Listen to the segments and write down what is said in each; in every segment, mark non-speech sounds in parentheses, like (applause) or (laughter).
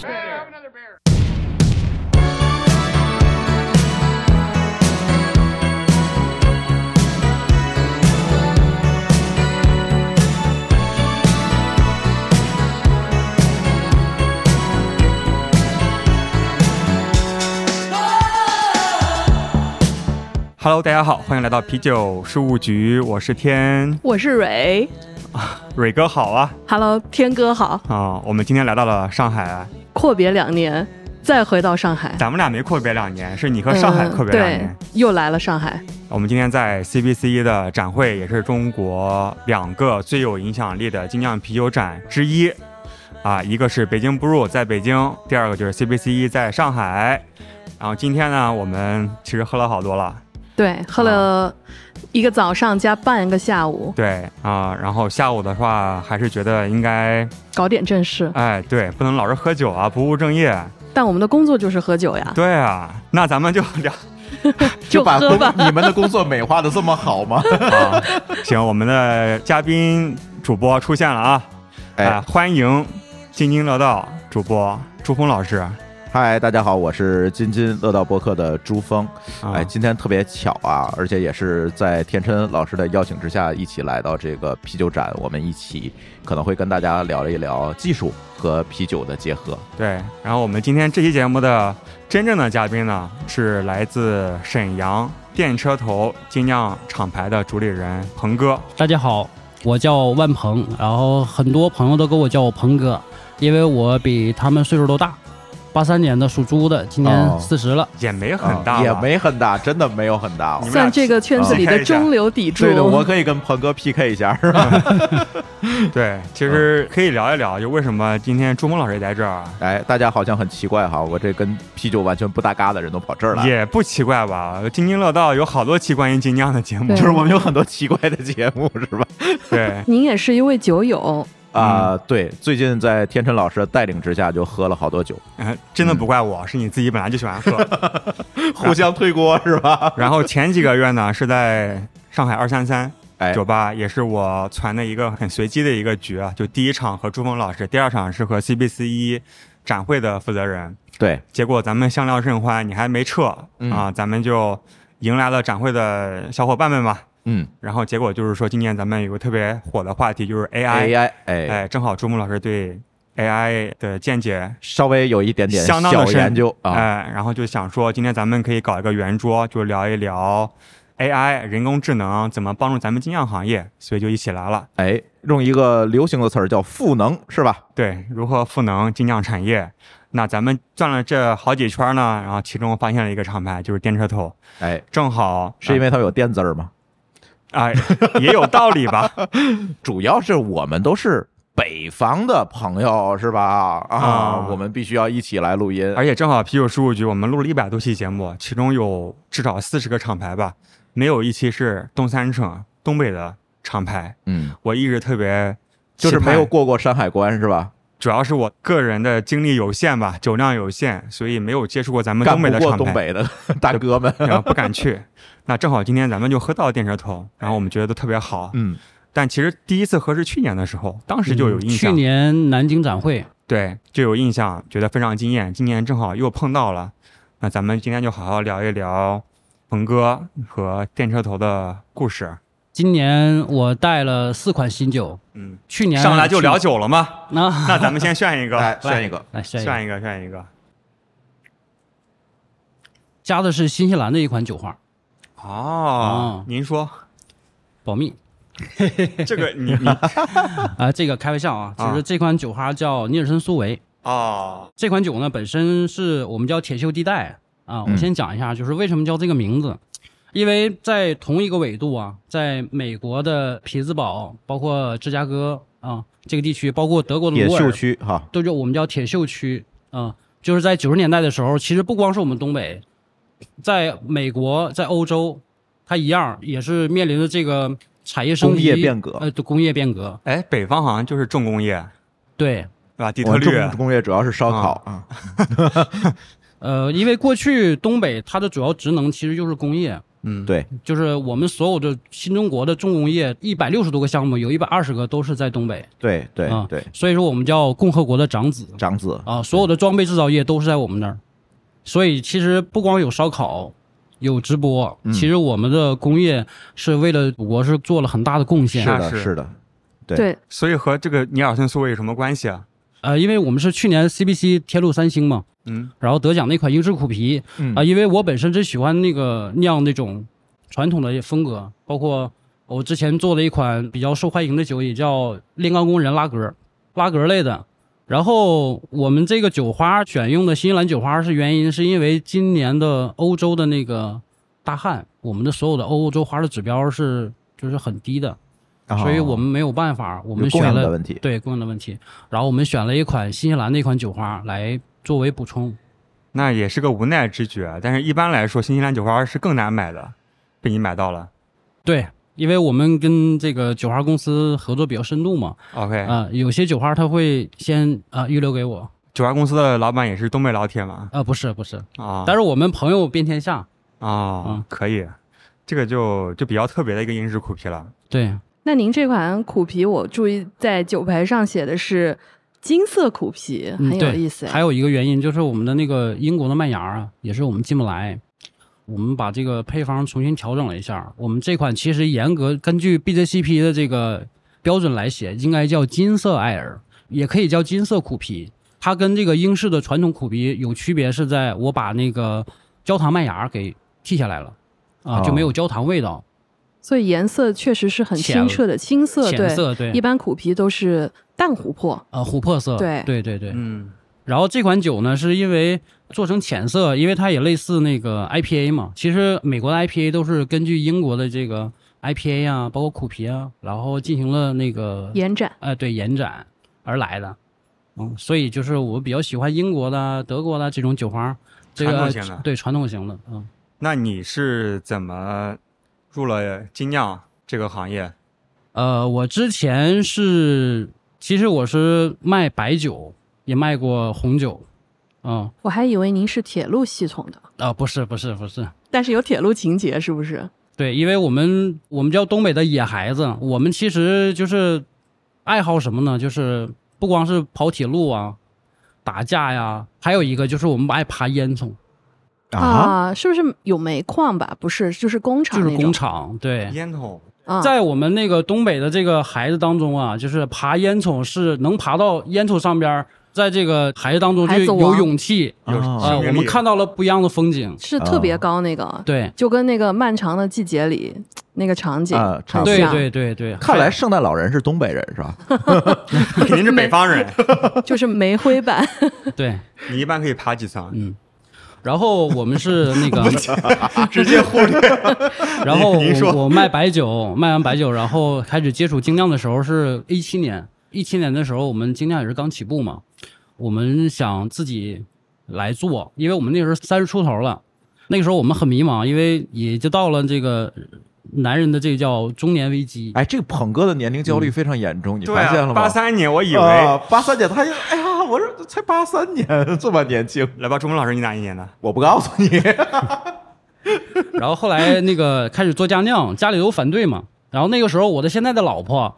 mother bear. Hello，大家好，欢迎来到啤酒事务局，我是天我是蕊蕊哥，好啊，Hello，天哥好，啊、我们今天来到了上海，阔别两年，再回到上海，咱们俩没阔别两年，是你和啊上海阔别两年。嗯对，又来了上海，我们今天在 CBC 的展会，也是中国两个最有影响力的精酿啤酒展之一，啊，一个是北京 Brew 在北京，第二个就是 CBC 在上海。然后今天呢，我们其实喝了好多了，对，喝了一个早上加半个下午，对啊，然后下午的话，还是觉得应该，搞点正事。哎，对，不能老是喝酒啊，不务正业。但我们的工作就是喝酒 (laughs) 呀，对啊，那咱们就聊就把喝工吧。你们的工作美化的这么好 (laughs) 吗？啊。行，我们的嘉宾主播出现了啊！哎啊欢迎津津乐道主播朱峰老师。啊、嗨，大家好，我是津津乐道播客的朱峰。啊哎，今天特别巧啊，而且也是在天琛老师的邀请之下，一起来到这个啤酒展，我们一起可能会跟大家聊一聊技术和啤酒的结合。对，然后我们今天这期节目的真正的嘉宾呢，是来自沈阳电车头精酿厂牌的主理人鹏哥。大家好，我叫万鹏，然后很多朋友都跟我叫我鹏哥，因为我比他们岁数都大，八三年的属猪的，今哦年四十了。也没很大、啊也。没很大，真的没有很大哦你。们俩算这个圈子里的中流砥柱。对的，我可以跟鹏哥 PK 一下，是吧？对，其实嗯可以聊一聊，就为什么今天朱峰老师也在这儿， (laughs) 啊哎，大家好像很奇怪哈，我这跟啤酒完全不搭嘎的人都跑这儿来了，也不奇怪吧？津津乐道有好多期关于精酿的节目对， (laughs) 就是我们有很多奇怪的节目，是吧？对，您也是一位酒友，啊、对，最近在天辰老师的带领之下，就喝了好多酒，嗯，真的不怪我，是你自己本来就喜欢喝。 (laughs) 互相推锅是吧？ (laughs) 然后前几个月呢，是在上海二三三哎酒吧，也是我攒的一个很随机的一个局啊。就第一场和朱峰老师，第二场是和 CBC 一展会的负责人。对，结果咱们相聊甚欢，你还没撤、嗯啊，咱们就迎来了展会的小伙伴们嘛。嗯然后结果就是说，今年咱们有个特别火的话题就是 AI， ，AI，哎，哎，正好朱峰老师对 AI 的见解稍微有一点点相当的小深研究啊，哎，然后就想说，今天咱们可以搞一个圆桌，就聊一聊 AI 人工智能怎么帮助咱们精酿行业，所以就一起来了。哎，用一个流行的词儿叫赋能，是吧？对，如何赋能精酿产业？那咱们转了这好几圈呢，然后其中发现了一个厂牌，就是电车头，哎，正好是因为它有电字儿吗？啊、哎 (laughs) 也有道理吧？ (laughs) 主要是我们都是北方的朋友，是吧？啊，哎啊我们必须要一起来录音。而且正好啤酒事务局我们录了一百多期节目，其中有至少四十个厂牌吧，没有一期是东三省东北的厂牌，嗯，我一直特别期就是没盼有过过山海关，是吧？主要是我个人的精力有限吧，酒量有限，所以没有接触过咱们干东不北的过厂东牌，北的 (laughs) 大哥们。然后不敢去。 (laughs) 那正好今天咱们就喝到电车头，然后我们觉得都特别好。嗯，但其实第一次喝是去年的时候，当时就有印去嗯象，年南京展会，对，就有印象，觉得非常惊艳。今年正好又碰到了，那咱们今天就好好聊一聊鹏哥和电车头的故事。今年我带了四款新酒，嗯，去年上来就聊酒了 (laughs) 吗？那、啊、哎那咱们先炫一个 (laughs) 来，选一个。来下一个，炫一个，炫一个。加的是新西兰的一款酒花，哦哦，您说保密这个你你啊、这个开玩笑啊，啊只是这款酒花叫尼尔森苏维，哦，这款酒呢，本身是我们叫铁锈地带啊。嗯我先讲一下，就是为什么叫这个名字，因为在同一个纬度啊，在美国的匹兹堡，包括芝加哥啊这个地区，包括德国的野鲁秀尔，区哈，都叫我们叫铁锈区啊。就是在九十年代的时候，其实不光是我们东北，在美国，在欧洲，它一样也是面临着这个产业升级、工业变革呃，对工业变革，哎，北方好像就是重工业，对，对吧？底我特们律重工业主要是烧烤嗯啊。呃，因为过去东北它的主要职能其实就是工业，嗯，对，就是我们所有的新中国的重工业一百六十多个项目，有一百二十个都是在东北，对对啊对，所以说我们叫共和国的长子长子，啊，所有的装备制造业都是在我们那儿。所以其实不光有烧烤，有直播，嗯其实我们的工业是为了祖国是做了很大的贡是献。的，是是的，对对，所以和这个尼尔森苏维有什么关系啊？呃，因为我们是去年 CBC 天路三星嘛，嗯然后得奖那款英式苦皮啊、嗯因为我本身是喜欢那个酿那种传统的风格，包括我之前做了一款比较受欢迎的酒，也叫炼钢工人拉格，拉格类的。然后我们这个酒花选用的新西兰酒花是原因，是因为今年的欧洲的那个大旱，我们的所有的欧洲花的指标是就是很低的，所以我们没有办法，我我们啊哦供选应了的问题，对供应的问题，然后我们选了一款新西兰的一款酒花来作为补充。，那也是个无奈之举啊。但是一般来说，新西兰酒花是更难买的，被你买到了。对，因为我们跟这个酒花公司合作比较深度嘛， OK，、啊、有些酒花他会先啊、预留给我，酒花公司的老板也是东北老铁嘛？啊、不是不是，啊，但是我们朋友遍天下，啊嗯，可以，这个就就比较特别的一个英式苦皮了。对，那您这款苦皮，我注意在酒牌上写的是金色苦皮，嗯很有对意思哎。还有一个原因就是我们的那个英国的麦芽啊，也是我们进不来。我们把这个配方重新调整了一下，我们这款其实严格根据 BJCP 的这个标准来写，应该叫金色艾尔，也可以叫金色苦皮。它跟这个英式的传统苦皮有区别，是在我把那个焦糖麦芽给剃下来了，啊，哦就没有焦糖味道，所以颜色确实是很浅清澈的青色，浅对，色对一，般苦皮都是淡琥珀。呃，琥珀色，对对对对。嗯然后这款酒呢，是因为做成浅色，因为它也类似那个 IPA 嘛。其实美国的 IPA 都是根据英国的这个 IPA 啊，包括苦皮啊，然后进行了那个延展，呃对延展而来的。嗯，所以就是我比较喜欢英国的、德国的这种酒花，这个传统型的对传统型的，嗯。那你是怎么入了精酿这个行业？呃，我之前是，其实我是卖白酒，也卖过红酒，嗯，我还以为您是铁路系统的，啊、不是，不是，不是，但是有铁路情节是不是？对，因为我们我们叫东北的野孩子，我们其实就是爱好什么呢？就是不光是跑铁路啊、打架呀，还有一个就是我们爱爬烟囱，啊，是不是有煤矿吧？不是，就是工厂就那是种。工厂。对，烟筒啊，在我们那个东北的这个孩子当中啊，就是爬烟囱是能爬到烟囱上边儿，在这个孩子当中就孩子有王勇气有啊啊、生命我们力看到了不一样的风景。是特别高那个，对，就跟那个漫长的季节里那个场景啊很差不多对像，对对对，看来圣诞老人是东北人 (laughs) 是吧？肯定是北方人，就是煤灰版。对，你一般可以爬几层？嗯。然后我们是 (laughs) 那个，直接忽略。然后您您说我我卖白酒，卖完白酒，然后开始接触精酿的时候是一七年，一七年的时候我们精酿也是刚起步嘛，我们想自己来做，因为我们那时候三十出头了，那个时候我们很迷茫，因为也就到了这个男人的这个叫中年危 (laughs) 机。哎，这个捧哥的年龄焦嗯虑非常严重，你对发现了啊，吗？八三年，我以啊为。八三年，他就哎呀，我说才八三年，这么年轻，来吧，朱萌老师，你哪一年的？我不告诉 (laughs) 你。然后后来那个开始做家酿，家里有反对嘛，然后那个时候我的现在的老婆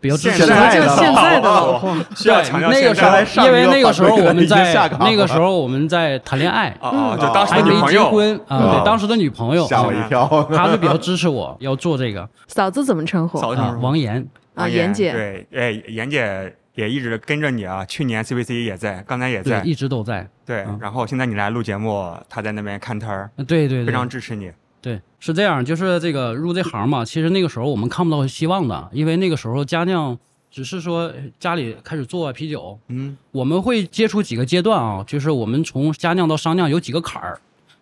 比较支持现我在就的现啊在的老哦老婆，需要强调对那现个时候在来上因为一个那个时候反对我已们经在下岗了那个时候我们在谈恋爱，哦哦，就当时还的女没朋嗯结友，婚啊，哦对，当时的女朋友， (laughs) 吓我一跳！ (laughs) 她就比较支持我要做这个嫂子怎么称呼嫂子啊。王岩，啊？严姐，哦对，哎，严姐也一直跟着你啊。去年 CVC 也在，刚才也对，在，一直都在，对。嗯然后现在你来录节目，他在那边看摊儿，对对非常对，支持你。对，是这样，就是这个入这行嘛，其实那个时候我们看不到希望的，因为那个时候家酿只是说家里开始做啊啤酒，嗯，我们会接触几个阶段啊，就是我们从家酿到商酿有几个坎儿。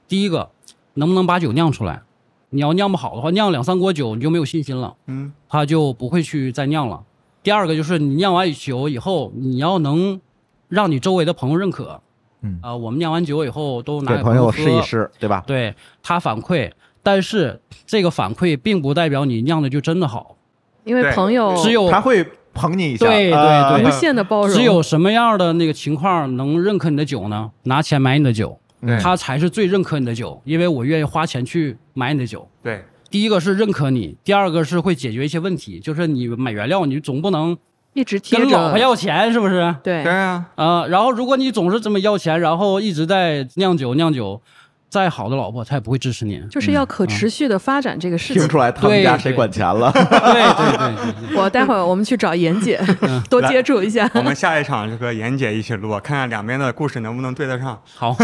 第一个，能不能把酒酿出来？你要酿不好的话，酿两三锅酒你就没有信心了，嗯，他就不会去再酿了。第二个就是你酿完酒以后，你要能让你周围的朋友认可，嗯啊、我们酿完酒以后都拿给给朋友友喝试一，试，对吧？对他反馈，但是这个反馈并不代表你酿的就真的好，因为对朋友只有哦他会捧你一下，对对啊对无限的包容，只有什么样的那个情况能认可你的酒呢？拿钱买你的酒。对他才是最认可你的酒，因为我愿意花钱去买你的酒。对，第一个是认可你，第二个是会解决一些问题，就是你买原料，你总不能一直贴跟老婆着，要钱，是不是？对对，啊，啊，然后如果你总是这么要钱，然后一直在酿酒酿酒，再好的老婆她也不会支 (laughs) 持你。就是要可持续的发展这个事听情。出来他们家对谁管钱 (laughs) 了？对对对对我待会儿我们去找严姐 (laughs) 多接触一下。我们下一场就和严姐一起录，看看两边的故事能不能对得上。好，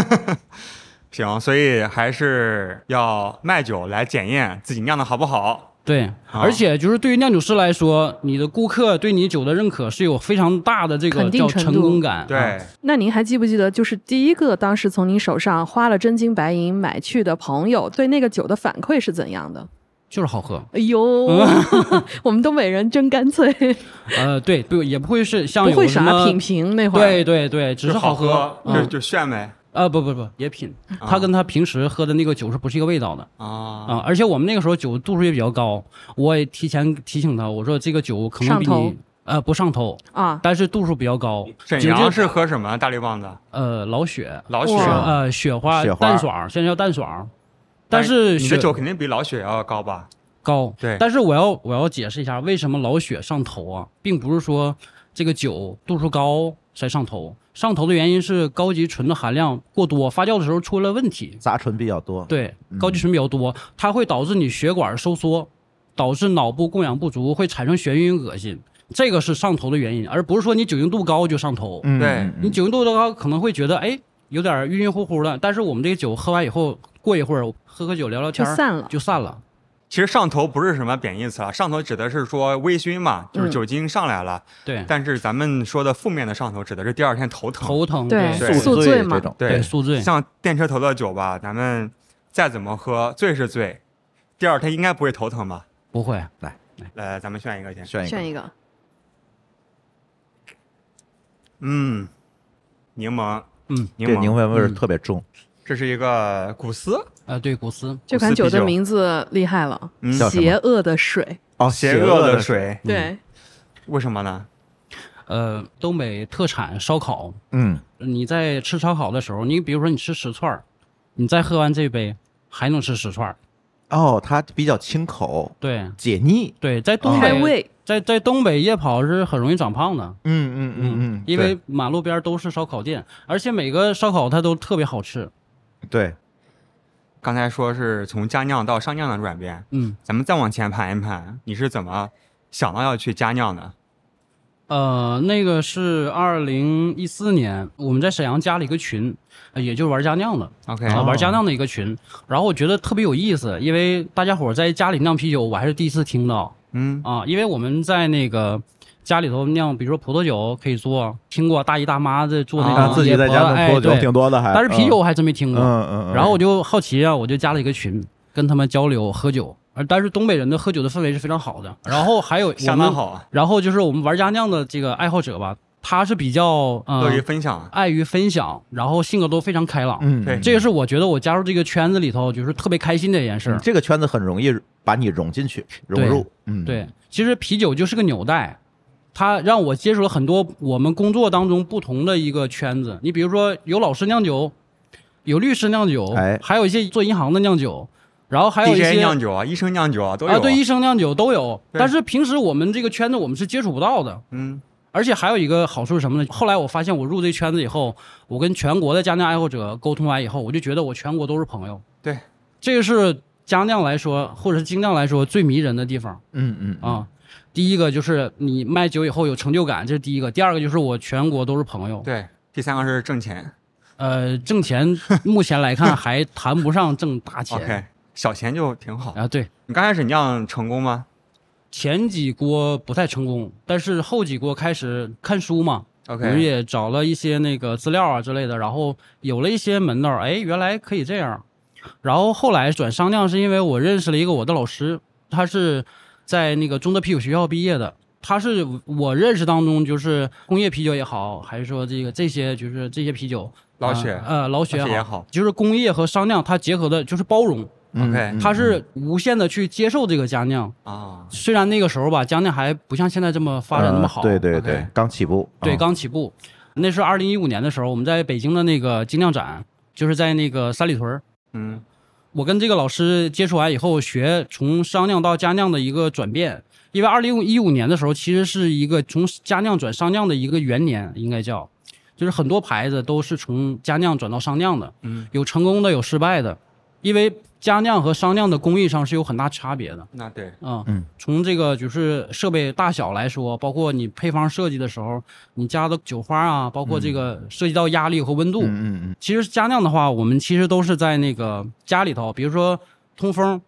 行，所以还是要卖酒来检验自己酿的好不好。对，好而且就是对于酿酒师来说，你的顾客对你酒的认可是有非常大的这个肯定叫程成度功感。对，啊那您还记不记得，就是第一个当时从您手上花了真金白银买去的朋友，对那个酒的反馈是怎样的？就是好喝。哎 (laughs) 呦，我们东北人真干脆，呃，对对，也不会是 (laughs) 像不有会什啥么品。评那会儿。对对对，只就是好喝。喝，就嗯，就炫呗。啊不不不，也品，它跟他平时喝的那个酒是不是一个味道的？啊，啊，而且我们那个时候酒度数也比较高，我也提前提醒他，我说这个酒可能比上头你呃不上头，啊，但是度数比较高。沈酒阳精是喝什么？大绿棒子、呃老雪，老雪。啊哇呃雪花雪花淡爽，现在叫淡爽，但是哎你的雪酒肯定比老雪要高吧？高。对但是我要我要解释一下，为什么老雪上头啊，并不是说这个酒度数高才上头，上头的原因是高级醇的含量过多，发酵的时候出了问题。杂醇比较多，对，高级醇比较多，它会导致你血管收缩，导致脑部供氧不足，会产生眩晕、恶心，这个是上头的原因，而不是说你酒精度高就上头。嗯，对嗯你酒精度高可能会觉得哎有点晕晕乎乎的，但是我们这个酒喝完以后，过一会儿喝喝酒聊聊就天儿散了。就散了。其实上头不是什么贬义词啊，上头指的是说微醺嘛，就是嗯酒精上来了。对，但是咱们说的负面的上头指的是第二天头疼。嗯头疼，对对宿宿醉醉嘛这种，对对，宿醉，像电车头的酒吧，咱们再怎么喝，醉是醉，第二天应该不会头疼吧？不会。来，咱们选一个先。选一选个一个，嗯，柠檬，嗯，柠这柠檬，檬味儿特别重，这是一个古斯，呃，对，古斯，这款古斯酒啤酒的名字厉害了，嗯叫什么嗯邪恶的水。哦，邪恶的，水，对，为什么呢？呃，东北特产烧烤。嗯，你在吃烧烤的时候，你比如说你吃十串儿，你再喝完这杯，还能吃十串儿。哦，它比较清口，对解腻，对，在东开北，胃。在在东北夜跑是很容易长胖的。嗯嗯嗯嗯，因为马路边都是烧烤店，而且每个烧烤它都特别好吃。对，啊刚才说是从家酿到上酿的转变，嗯，咱们再往前盘一盘，你是怎么想到要去家酿的？呃，那个是二零一四年，我们在沈阳加了一个群，呃也就是玩家酿的， OK，哦啊、玩家酿的一个群。然后我觉得特别有意思，因为大家伙儿在家里酿啤酒，我还是第一次听到嗯，啊。因为我们在那个家里头酿，比如说葡萄酒可以做，听过大姨大妈在做那啊个、他自己在家弄哎葡萄酒对挺多的，还，但是啤酒我还真没听嗯，过。嗯嗯嗯，然后我就好奇啊，我就加了一个群，跟他们交流喝酒。而但是东北人的喝酒的氛围是非常好的，然后还有我相当们，好啊，然后就是我们玩家酿的这个爱好者吧，他是比较呃乐于分享啊。爱于分享，然后性格都非常开朗。嗯，对这个是我觉得我加入这个圈子里头就是特别开心的一件事嗯。这个圈子很容易把你融进去，融对入，嗯，对，其实啤酒就是个纽带，它让我接触了很多我们工作当中不同的一个圈子。你比如说有老师酿酒，有律师酿酒，哎还有一些做银行的酿酒，然后还有一 DJ 些酿酒啊，医生酿酒啊，都有。啊，对，医生酿酒都有。对但是平时我们这个圈子我们是接触不到的。嗯，而且还有一个好处是什么呢？后来我发现我入这圈子以后，我跟全国的家酿爱好者沟通完以后，我就觉得我全国都是朋友。对，这个是家酿来说，或者是精酿来说最迷人的地方。嗯嗯嗯啊。第一个就是你卖酒以后有成就感，这是第一个；第二个就是我全国都是朋友。对。第三个是挣钱呃，挣钱目前来看还谈不上挣大 (laughs) 钱，OK，小钱就挺好。啊。对，你刚开始酿成功吗前几锅不太成功，但是后几锅开始看书嘛，我们？OK，也找了一些那个资料啊之类的，然后有了一些门道儿，哎，原来可以这样。然后后来转商酿是因为我认识了一个我的老师，他是在那个中德啤酒学校毕业的，他是我认识当中就是工业啤酒也好，还是说这个这些就是这些啤酒，老雪呃呃老雪雪也也好，好就是工业和商酿它结合的就是包容，嗯 OK，它是无限的去接受这个佳酿。啊，虽然那个时候吧，佳酿还不像现在这么发展那么好，呃对对 OK 对，刚起步，对，啊刚起步。那是二零一五年的时候，我们在北京的那个精酿展，就是在那个三里屯儿。嗯我跟这个老师接触完以后，学从商酿到家酿的一个转变。因为二零一五年的时候，其实是一个从家酿转商酿的一个元年，应该叫，就是很多牌子都是从家酿转到商酿的，嗯，有成功的，有失败的，因为家酿和商酿的工艺上是有很大差别的。那对，啊，嗯，从这个就是设备大小来说，包括你配方设计的时候，你加的酒花啊，包括这个涉及到压力和温度，嗯嗯其实家酿的话，我们其实都是在那个家里头，比如说通风，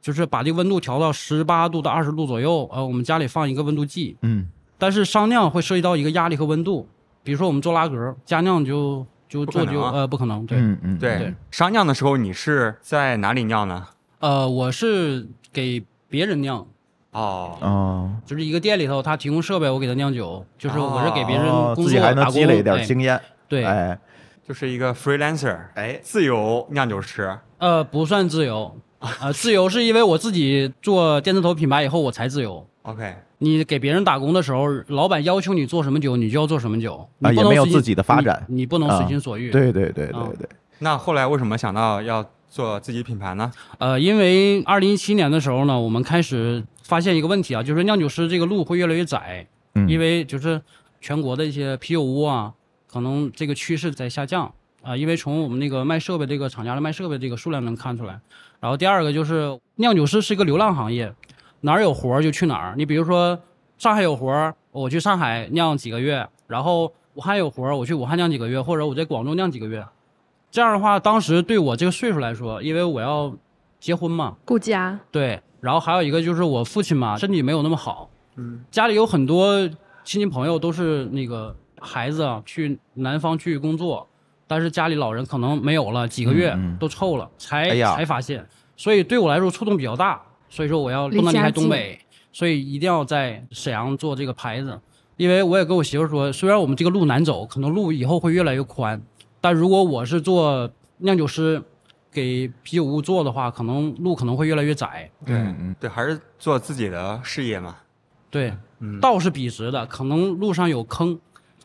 就是把这个温度调到十八度到二十度左右，呃，我们家里放一个温度计。嗯但是商酿会涉及到一个压力和温度，比如说我们做拉格，家酿就就不可做能就啊呃不可能，对，嗯嗯，对，对商酿的时候你是在哪里酿呢？呃，我是给别人酿，哦，哦，就是一个店里头他提供设备，我给他酿酒，就是我是给别人哦工作、自己还能积累一点验、经验，对，哎就是一个 freelancer 哎，自由酿酒师。呃，不算自由，呃，自由是因为我自己做电子头品牌以后我才自由。 OK，你给别人打工的时候，老板要求你做什么酒，你就要做什么酒，啊你不能也没有随心自己的发展啊你，你不能随心所欲。，对对对对嗯对，那后来为什么想到要做自己品牌呢？呃，因为二零一七年的时候呢，我们开始发现一个问题啊，就是酿酒师这个路会越来越窄，嗯因为就是全国的一些啤酒屋啊，可能这个趋势在下降啊、因为从我们那个卖设备这个厂家的卖设备这个数量能看出来。然后第二个就是酿酒师是一个流浪行业，哪儿有活儿就去哪儿。你比如说上海有活儿，我去上海酿几个月，然后武汉有活儿，我去武汉酿几个月，或者我在广州酿几个月。这样的话，当时对我这个岁数来说，因为我要结婚嘛，顾家，对，然后还有一个就是我父亲嘛，身体没有那么好，嗯，家里有很多亲戚朋友都是那个孩子啊，去南方去工作，但是家里老人可能没有了几个月嗯嗯都臭了，才、哎呀才发现，所以对我来说触动比较大，所以说我要不能离开东哎北，所以一定要在沈阳做这个牌子，因为我也跟我媳妇说，虽然我们这个路难走，可能路以后会越来越宽，但如果我是做酿酒师。给啤酒屋做的话，可能路可能会越来越窄。对嗯嗯对，还是做自己的事业嘛。对，嗯，道是笔直的，可能路上有坑，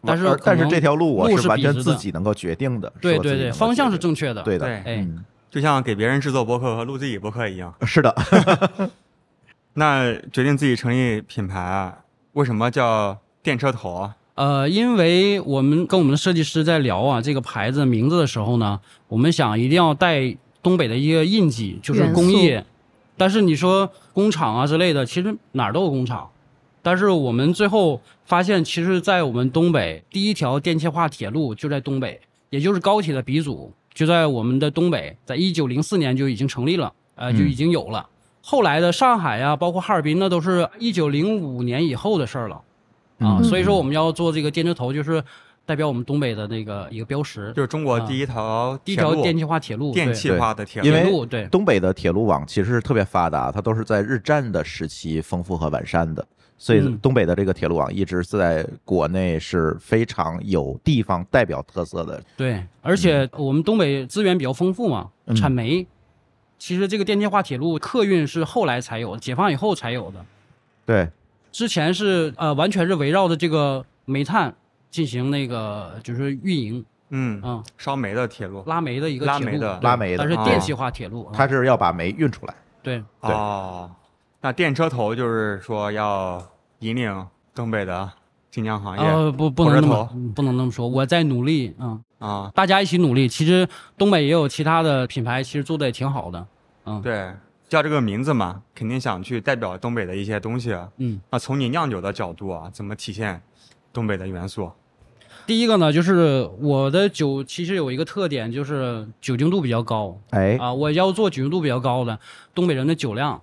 但是而但是可能这条路我路是是完笔全直自的己能够决定的，是对我自对己对，能够方向决是定正确的。对的，对，哎嗯，就像给别人制作博客和录自己博客一样。是的，啊那决定自己成立品牌啊，为什么叫电车头啊？呃，因为我们跟我们的设计师在聊啊这个牌子名字的时候呢，我们想一定要带东北的一个印记，就是元素工业。但是你说工厂啊之类的，其实哪儿都有工厂。但是我们最后发现，其实，在我们东北第一条电气化铁路就在东北，也就是高铁的鼻祖，就在我们的东北，在一九零四年就已经成立了，呃，就嗯已经有了。后来的上海呀、包括哈尔滨呢，都是一九零五年以后的事儿了。啊，嗯所以说我们要做这个电车头，就是代表我们东北的那个一个标识，就是中国第一条第一铁条路，电气化铁路，电对气化的铁路因。为铁路，对东北的铁路网其实是特别发达，它都是在日战的时期丰富和完善的，所以嗯东北的这个铁路网一直在国内是非常有地方代表特色的。对，而嗯且我们东北资源比较丰富嘛，嗯产煤。其实这个电气化铁路客运是后来才有的，解放以后才有的，对，之前是呃完全是围绕着这个煤炭进行那个就是运营嗯，啊、烧煤的铁路。拉煤的一个拉铁煤路的对拉煤的它是啊电气化铁路，啊它是要把煤运出来。对对哦，那电车头就是说要引领东北的精酿行业呃不不火车能那头么嗯不能那么说，我在努力啊。嗯啊。大家一起努力。其实东北也有其他的品牌，其实做的也挺好的。对，叫这个名字嘛，肯定想去代表东北的一些东西啊。嗯，那从你酿酒的角度啊，怎么体现东北的元素？啊第一个呢，就是我的酒其实有一个特点，就是酒精度比较高哎，啊。我要做酒精度比较高的东北人的酒量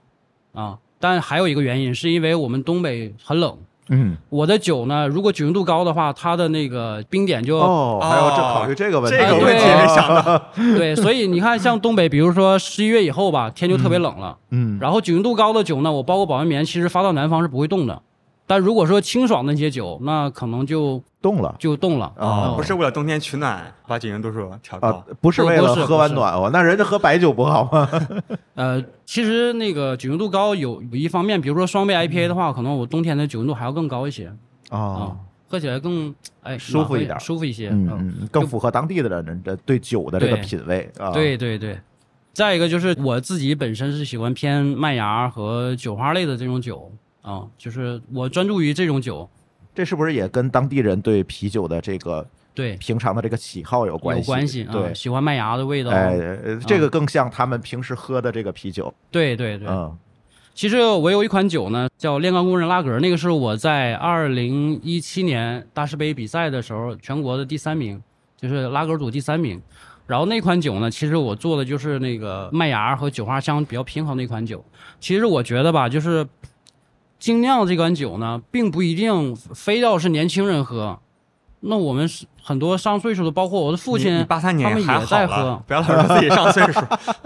啊。但还有一个原因，是因为我们东北很冷。嗯，我的酒呢，如果酒精度高的话，它的那个冰点就、哦，还要这哦考虑这个问题，这个问题啊没想到。 (laughs) 对，所以你看，像东北，比如说十一月以后吧，天就特别冷了。嗯，然后酒精度高的酒呢，我包括保温棉，其实发到南方是不会冻的。但如果说清爽的那些酒，那可能就动了就冻了。啊哦不是为了冬天取暖，把酒精度数调高。啊，不是不为不了是喝不完是暖和，那人家喝白酒不好吗？呃，其实那个酒精度嗯高有有一方面，比如说双倍 IPA 的话，可能我冬天的酒精度还要更高一些啊、哦，喝起来更哎舒服一点暖和舒服一些。嗯嗯，更符合当地的人的对酒的这个对品味啊。对对对。再一个就是我自己本身是喜欢偏麦芽和酒花类的这种酒啊，就是我专注于这种酒。这是不是也跟当地人对啤酒的这个对，平常的这个喜好有关有系？关系啊，对，喜欢麦芽的哦啊味道。哎，呃这个更像他们平时喝的这个啤酒。对对对。嗯其实我有一款酒呢，叫炼钢工人拉格，那个是我在二零一七年大师杯比赛的时候全国的第三名，就是拉格组第三名。然后那款酒呢，其实我做的就是那个麦芽和酒花香比较平衡的一款酒。其实我觉得吧，就是精酿这款酒呢，并不一定非要是年轻人喝。那我们是很多上岁数的，包括我的父亲八三他年们也还好在了喝，不要老说自己上岁数。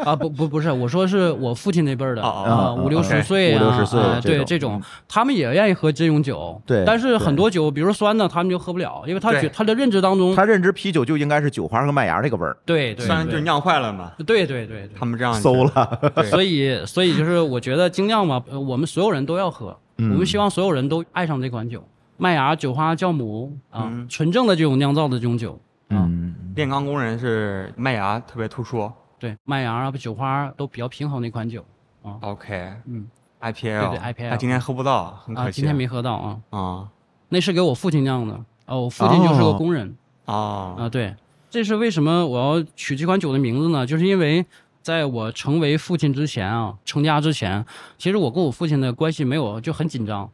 啊，不不不是，我说是我父亲那辈儿的哦哦啊，哦五六十 OK，岁啊，五六十岁啊这对种嗯这种，他们也愿意喝这种酒，对但对是很多酒，比如酸的，他们就喝不了，因为他觉对他的认知当中，他认知啤酒就应该是酒花和麦芽这个味儿，对 (laughs) 对，虽然就对酿坏了嘛，对对对对他们这样馊了。 (laughs) 对所以所以就是我觉得精酿嘛，呃我们所有人都要喝，嗯我们希望所有人都爱上这款酒，麦芽、酒花、酵母啊，嗯纯正的这种酿造的这种酒，啊嗯，炼钢工人是麦芽特别突出。对麦芽啊、酒花都比较平衡的一款酒 OK，嗯，IPL，对对，IPL 他今天喝不到，很可啊，惜。今天没喝到啊，啊那是给我父亲酿的，哦，我父亲就是个哦工人。啊啊，对，这是为什么我要取这款酒的名字呢？就是因为在我成为父亲之前啊，成家之前，其实我跟我父亲的关系没有就很紧张。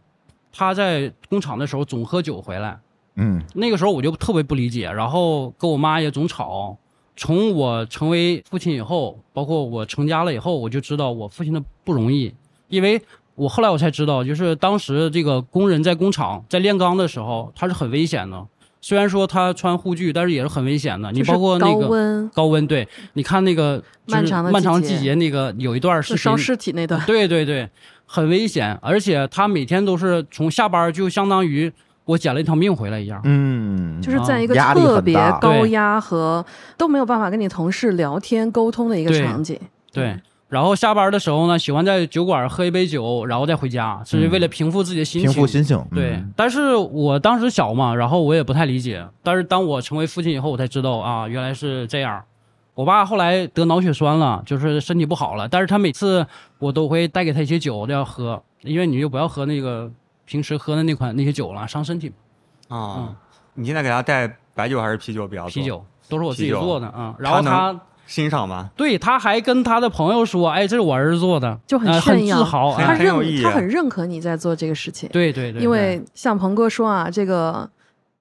他在工厂的时候总喝酒回来，嗯那个时候我就特别不理解，然后跟我妈也总吵。从我成为父亲以后，包括我成家了以后，我就知道我父亲的不容易，因为我后来我才知道，就是当时这个工人在工厂在炼钢的时候，他是很危险的。虽然说他穿护具，但是也是很危险的。你就是包括那高个温高温，对，你看那个就是漫长的漫长季节季节那个有一段就视频，烧尸体那段，嗯对对对，很危险，而且他每天都是从下班就相当于我捡了一条命回来一样。嗯，就是在一个压力很特别大高对压和都没有办法跟你同事聊天沟通的一个对场景。对，然后下班的时候呢，喜欢在酒馆喝一杯酒，然后再回家，是为了平复自己的心情。平复心情。对，嗯但是我当时小嘛，然后我也不太理解。但是当我成为父亲以后，我才知道啊，原来是这样。我爸后来得脑血栓了，就是身体不好了。但是他每次我都会带给他一些酒，都要喝，因为你就不要喝那个平时喝的那款那些酒了，伤身体。啊！你现在给他带白酒还是啤酒比较多？嗯啤酒都是我自己啤酒做的啊、然后他他能欣赏吗？对他还跟他的朋友说：“哎，这是我儿子做的，就很呃炫很耀自豪。很他哎很有意认义啊他很认可你在做这个事情，对对对，因对为像鹏哥说啊，这个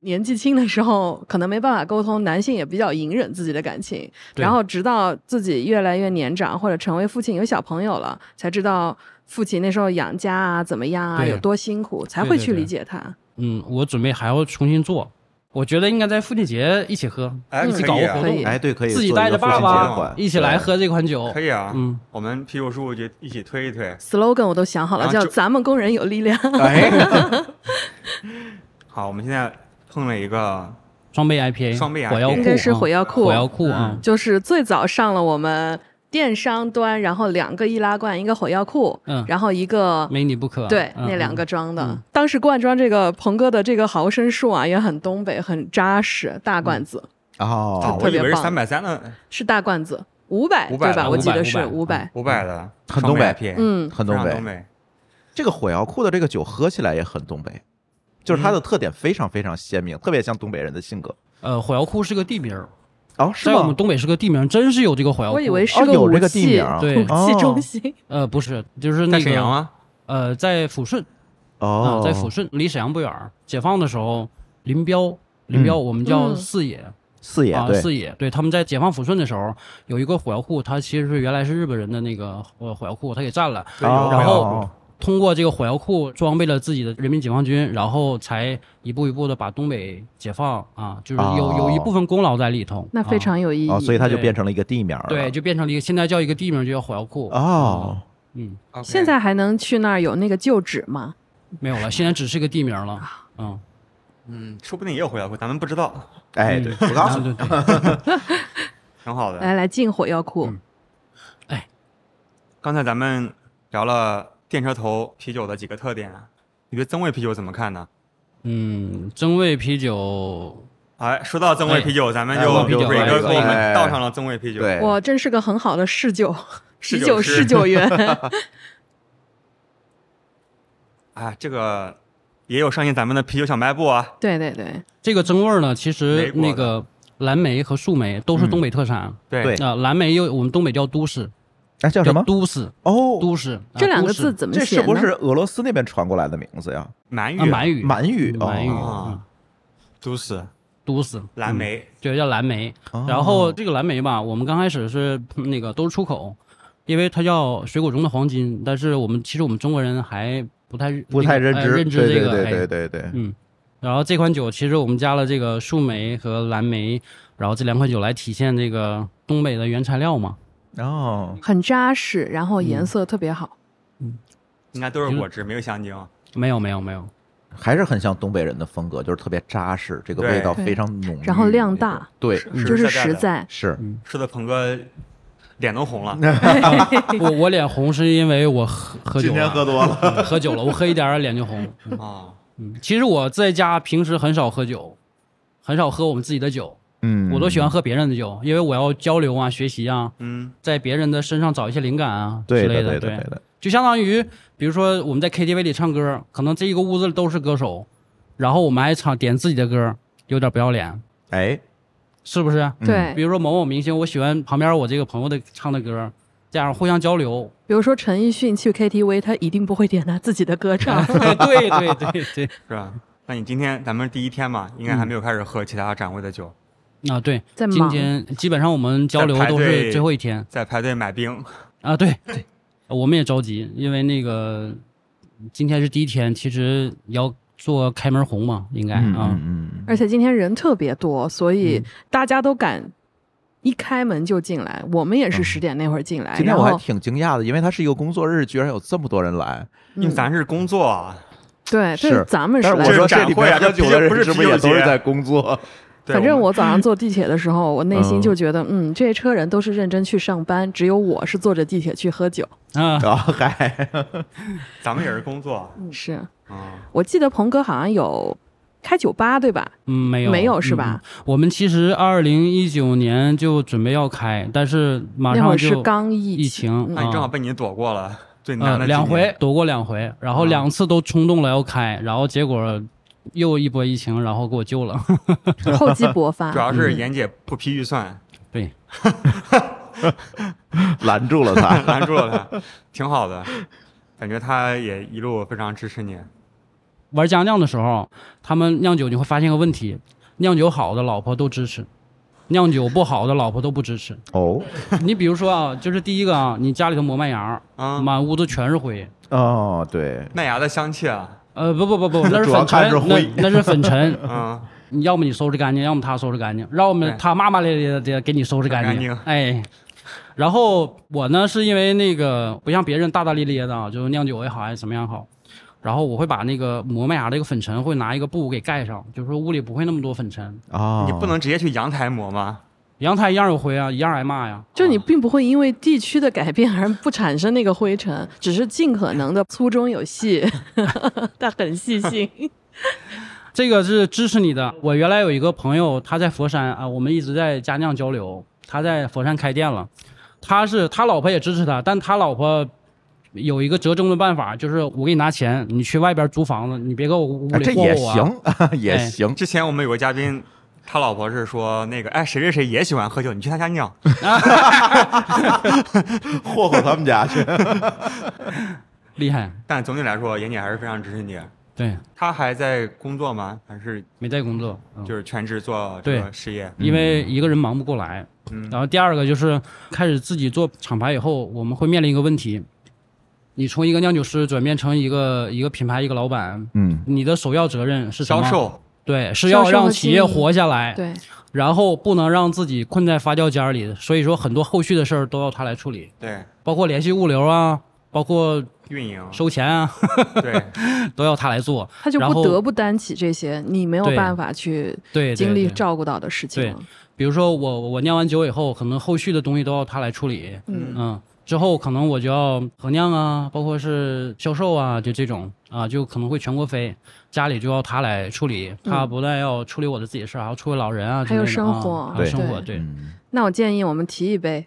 年纪轻的时候可能没办法沟通，男性也比较隐忍自己的感情，对然后直到自己越来越年长或者成为父亲有小朋友了，才知道父亲那时候养家啊怎么样啊对有多辛苦，才对会对去对理解他。嗯，我准备还要重新做。我觉得应该在父亲节一起喝，哎一起搞个活可动以，哎，对，可以自己做一带个着爸父亲节爸款一起来。喝这款酒可。以啊，嗯，我们啤酒叔就一起推一推。 slogan 我都想好了，然啊后叫“就咱们工人有力量哦对 (laughs) 哎，好，我们现在碰了一个双倍 IPA，双倍 IPA 火药”，(laughs) 库，应该是火啊药库，火药库啊。就是最早上了我们电商端，然后两个易拉罐，一个火药库，嗯然后一个。没你不可。对，嗯那两嗯个装的，嗯当时灌装这个鹏哥的这个毫升数啊，也很东北，很扎实，大罐子、啊，哦，我以为是特别三百三的，是大罐子，五百500对吧？ 500我记得是500百，五百的，很双东倍北 IPA，嗯，很非东常北东。北。这个火药库的这个酒喝起来也很东北，就是嗯它的特点非常非常鲜明，特别像东北人的性格。呃，火药库是个地名儿，哦，是在我吗们？东北是个地名儿，真是有这个火药库。我以为是哦，有武这个地器，名啊。嗯对武器中心，呃，不是，就是那在个沈阳啊，呃，在抚顺啊、哦，在抚顺，离沈阳不远儿。解放的时候，林彪，林彪，我们叫嗯四野，四野啊，对，四野，对，他们在解放抚顺的时候有一个火药库，它其实是原来是日本人的那个呃火药库，他给占哦了，对有哦然火药后通过这个火药库装备了自己的人民解放军，然后才一步一步的把东北解放啊，就是有、哦有一部分功劳在里头，那非、常有意义。哦，所以它就对变成了一个地名儿啊、了。对，就变成了一个现在叫一个地名就叫火药库，哦，嗯， OK 现在还能去那儿有那个旧址吗？没有了，现在只是个地名了，嗯，嗯，说不定也有火药库，咱们不知道，哎，嗯对，我告诉你，对对对挺好的。来来进火药库，嗯刚才咱们聊了电车头啤酒的几个特点啊，你对增味啤酒怎么看呢？嗯，增味啤酒，哎，说到增味啤酒，咱们哎就增味瑞啤酒哥给我们哎倒上了增味啤酒。对，我真是个很好的侍酒，侍啤酒酒师侍酒员。啊，这个也有上映咱们的啤酒小卖部啊。对对对，这个增味儿呢，其美实国的那个蓝莓和树莓都是东北特产啊、对嗯对蓝莓又我们东北叫都市，哎，叫什么？都市，哦，都市。啊这两都个市字怎么这写呢？是不是俄罗斯那边传过来的名字呀？鳗啊，鱼、满语，满语，满语，哦哦嗯都市、都市，蓝嗯，莓，对，叫蓝莓。哦然后这个蓝莓吧，我们刚开始是嗯那个都是出口，因为它叫水果中的黄金，但是我们其实我们中国人还不太不太认哎知，认知这个对哎对对对对对，嗯，然后这款酒其实我们加了这个树莓和蓝莓，然后这两款酒来体现这个东北的原材料嘛。哦，很扎实，然后颜色特别好？应该都是果汁，没有啊香精。没有没有没有，还是很像东北人的风格，就是特别扎实，这个对味道非常浓郁，然后量大，对，实就是在实的，在。是吃的鹏哥脸都红了。我我脸红是因为我喝喝啊酒了，多了，嗯喝酒了，我喝一点儿脸就红。嗯哦，嗯，其实我在家平时很少喝酒，很少喝我们自己的酒， (laughs) 嗯，我都喜欢喝别人的酒，因为我要交流啊、学习啊，嗯，在别人的身上找一些灵感啊之对类的的。对的对的，就相当于，比如说我们在 KTV 里唱歌，可能这一个屋子里都是歌手，然后我们还唱点自己的歌，有点不要脸，哎，是不是？嗯对比，如说某某明星，我喜欢旁边我这个朋友的唱的 (laughs) 歌，这样互相交流。。比如说陈奕迅去 KTV，他一定不会点他自己的歌唱 (laughs) 对对对对，是吧？那你今天咱们第一天嘛，应该还没有开始喝其他展位的酒，啊对，在今忙天基本上我们交流在排都队是最后一天在排队买冰。啊，对对，我们也着急，因为那个今天是第一天，其实要做开门红嘛，应该嗯啊嗯，嗯而且今天人特别多，所以嗯大家都敢一开门就进来。我们也是十点那会儿进来，今天然我还后挺惊讶的，因为它是一个工作日，居然有这么多人来。因为嗯咱是工作啊，对是对，咱们但是来我这说是展这里会啊面喝酒的这人不是是不啤是酒也都是节在工作？对反正我我早上坐地铁的时候，我内心就觉得，嗯，这些车人都是认真去上班，只有我是坐着地铁去喝酒。啊，啊，嗨，们 (laughs) 咱们也是工作是啊。我记得鹏哥好像有开酒吧，对吧？嗯，没有没有是嗯吧？我们其实二零一九年就准备要开，但是马那会上儿是就刚疫嗯疫情，那你正好啊，被你躲过了最难呃的两几年回躲过两回，然后啊两次都冲动了要开，然后结果又一波疫情，然后给我救了。 (laughs) 厚积薄 (laughs) 发主。要嗯是妍姐不批预算，对，拦住了 (laughs) 他。拦住了她，挺好的，感觉她也一路非常支持你。玩家酿的时候，他们酿酒你会发现个问题：酿酒好的老婆都支持，酿酒不好的老婆都不支持。哦 (laughs) 你比如说啊，就是第一个啊，你家里头磨麦芽，啊，满屋子全是灰，哦，对，麦芽的香气啊，呃，不不不不，那是主要粉看尘是，灰那那是粉尘，嗯，你要么你收拾干净，要么他收拾干净，要么哎对他骂骂咧咧的给你收拾干收拾干哎，然后我呢是因为那个不像别人大大咧咧的啊，就是酿酒也好还是怎么样好，然后我会把那个磨麦芽这个粉尘会拿一个布给盖上，就是说屋里不会那么多粉尘。啊，你不能直接去阳台磨吗？阳台一样有灰啊，一样挨骂呀。就你啊并不会因为地区的改变而不产生那个灰尘，只是尽可能的粗中有细， (laughs) 但很 (laughs) 细心。这个是支持你的。我原来有一个朋友，他在佛山啊，我们一直在家酿交流。他在佛山开店了，他是他老婆也支持他，但他老婆有一个折中的办法，就是我给你拿钱，你去外边租房子，你别给我屋哎，里这霍也霍我啊、 (laughs) 行，也哎行。之前我们有个嘉宾，他老婆是说那个，哎，谁谁谁也喜欢喝酒，你去他家酿。霍霍他们家去。厉害，但总体来说，妍姐还是非常支持你。对，她还在工作吗？还是没在工作，嗯就是全职做这个事业？因为一个人忙不过来。嗯然后第二个就是开始自己做厂牌以后，我们会面临一个问题：你从一个酿酒师转变成一个一个品牌一个老板， (laughs) 嗯，你的首要责任是什销么？售，对，是销要售让和企经业营活下来，对，然后不能让自己困在发酵间儿里。所以说，很多后续的事儿都要他来处理，对，包括联系物流啊，包括运营，收钱啊， (laughs) 对，都要他来做。他就然不后得不担起这些你没有对办法去对，对经历对照顾到的事情对了。比如说我我酿完酒以后，可能后续的东西都要他来处理。嗯嗯，之后可能我就要衡量啊，包括是销售啊，就这种啊，就可能会全国飞，家里就要他来处理，他不但要处理我的自己事儿，还要处理老人啊之类的啊，嗯还有生活还有生活，对对，嗯那我建议我们提一杯，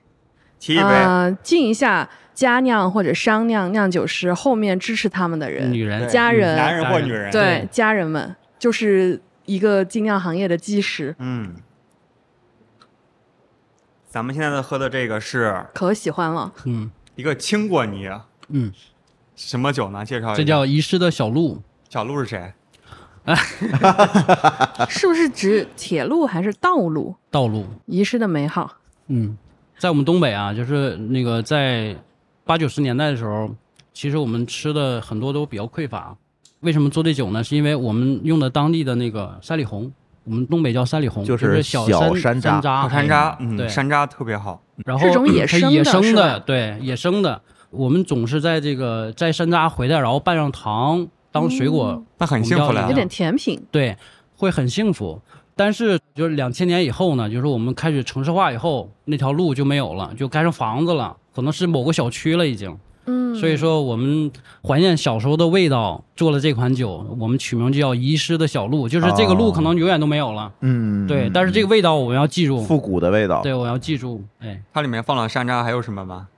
提一杯，呃，敬一下家酿或者商酿酿酒师后面支持他们的人、女人对家人、男人或女人，对对家人们，就是一个精酿行业的基石，嗯。咱们现在的喝的这个是可喜欢 (laughs) 了。嗯一个青果泥，啊嗯，什么酒呢？介啊绍一下。这叫遗失的小路，小鹿是谁？是不是指铁路还是道路？道路，遗失的美好，嗯，在我们东北啊，就是那个在八九十年代的时候，其实我们吃的很多都比较匮乏。为什么做这酒呢？是因为我们用的当地的那个山里红，我们东北叫山里红，就是小小山山楂楂，山楂，嗯嗯，对山楂特别好。然后这种野它生野的是生吧的，对，野生的。我们总是在这个摘山楂回来，然后拌上糖当水果，那很幸福了我有们要点甜品，对，会很幸福。但是就是两千年以后呢，就是我们开始城市化以后，那条路就没有了，就盖上房子了，可能是某个小区了已经。嗯，所以说，我们怀念小时候的味道，做了这款酒，我们取名就叫《遗失的小路》，就是这个哦路可能永远都没有哦了。嗯，对，但是这个味道我们要记住。复古的味道，对，我要记住。哎，它里面放了山楂，还有什么吗？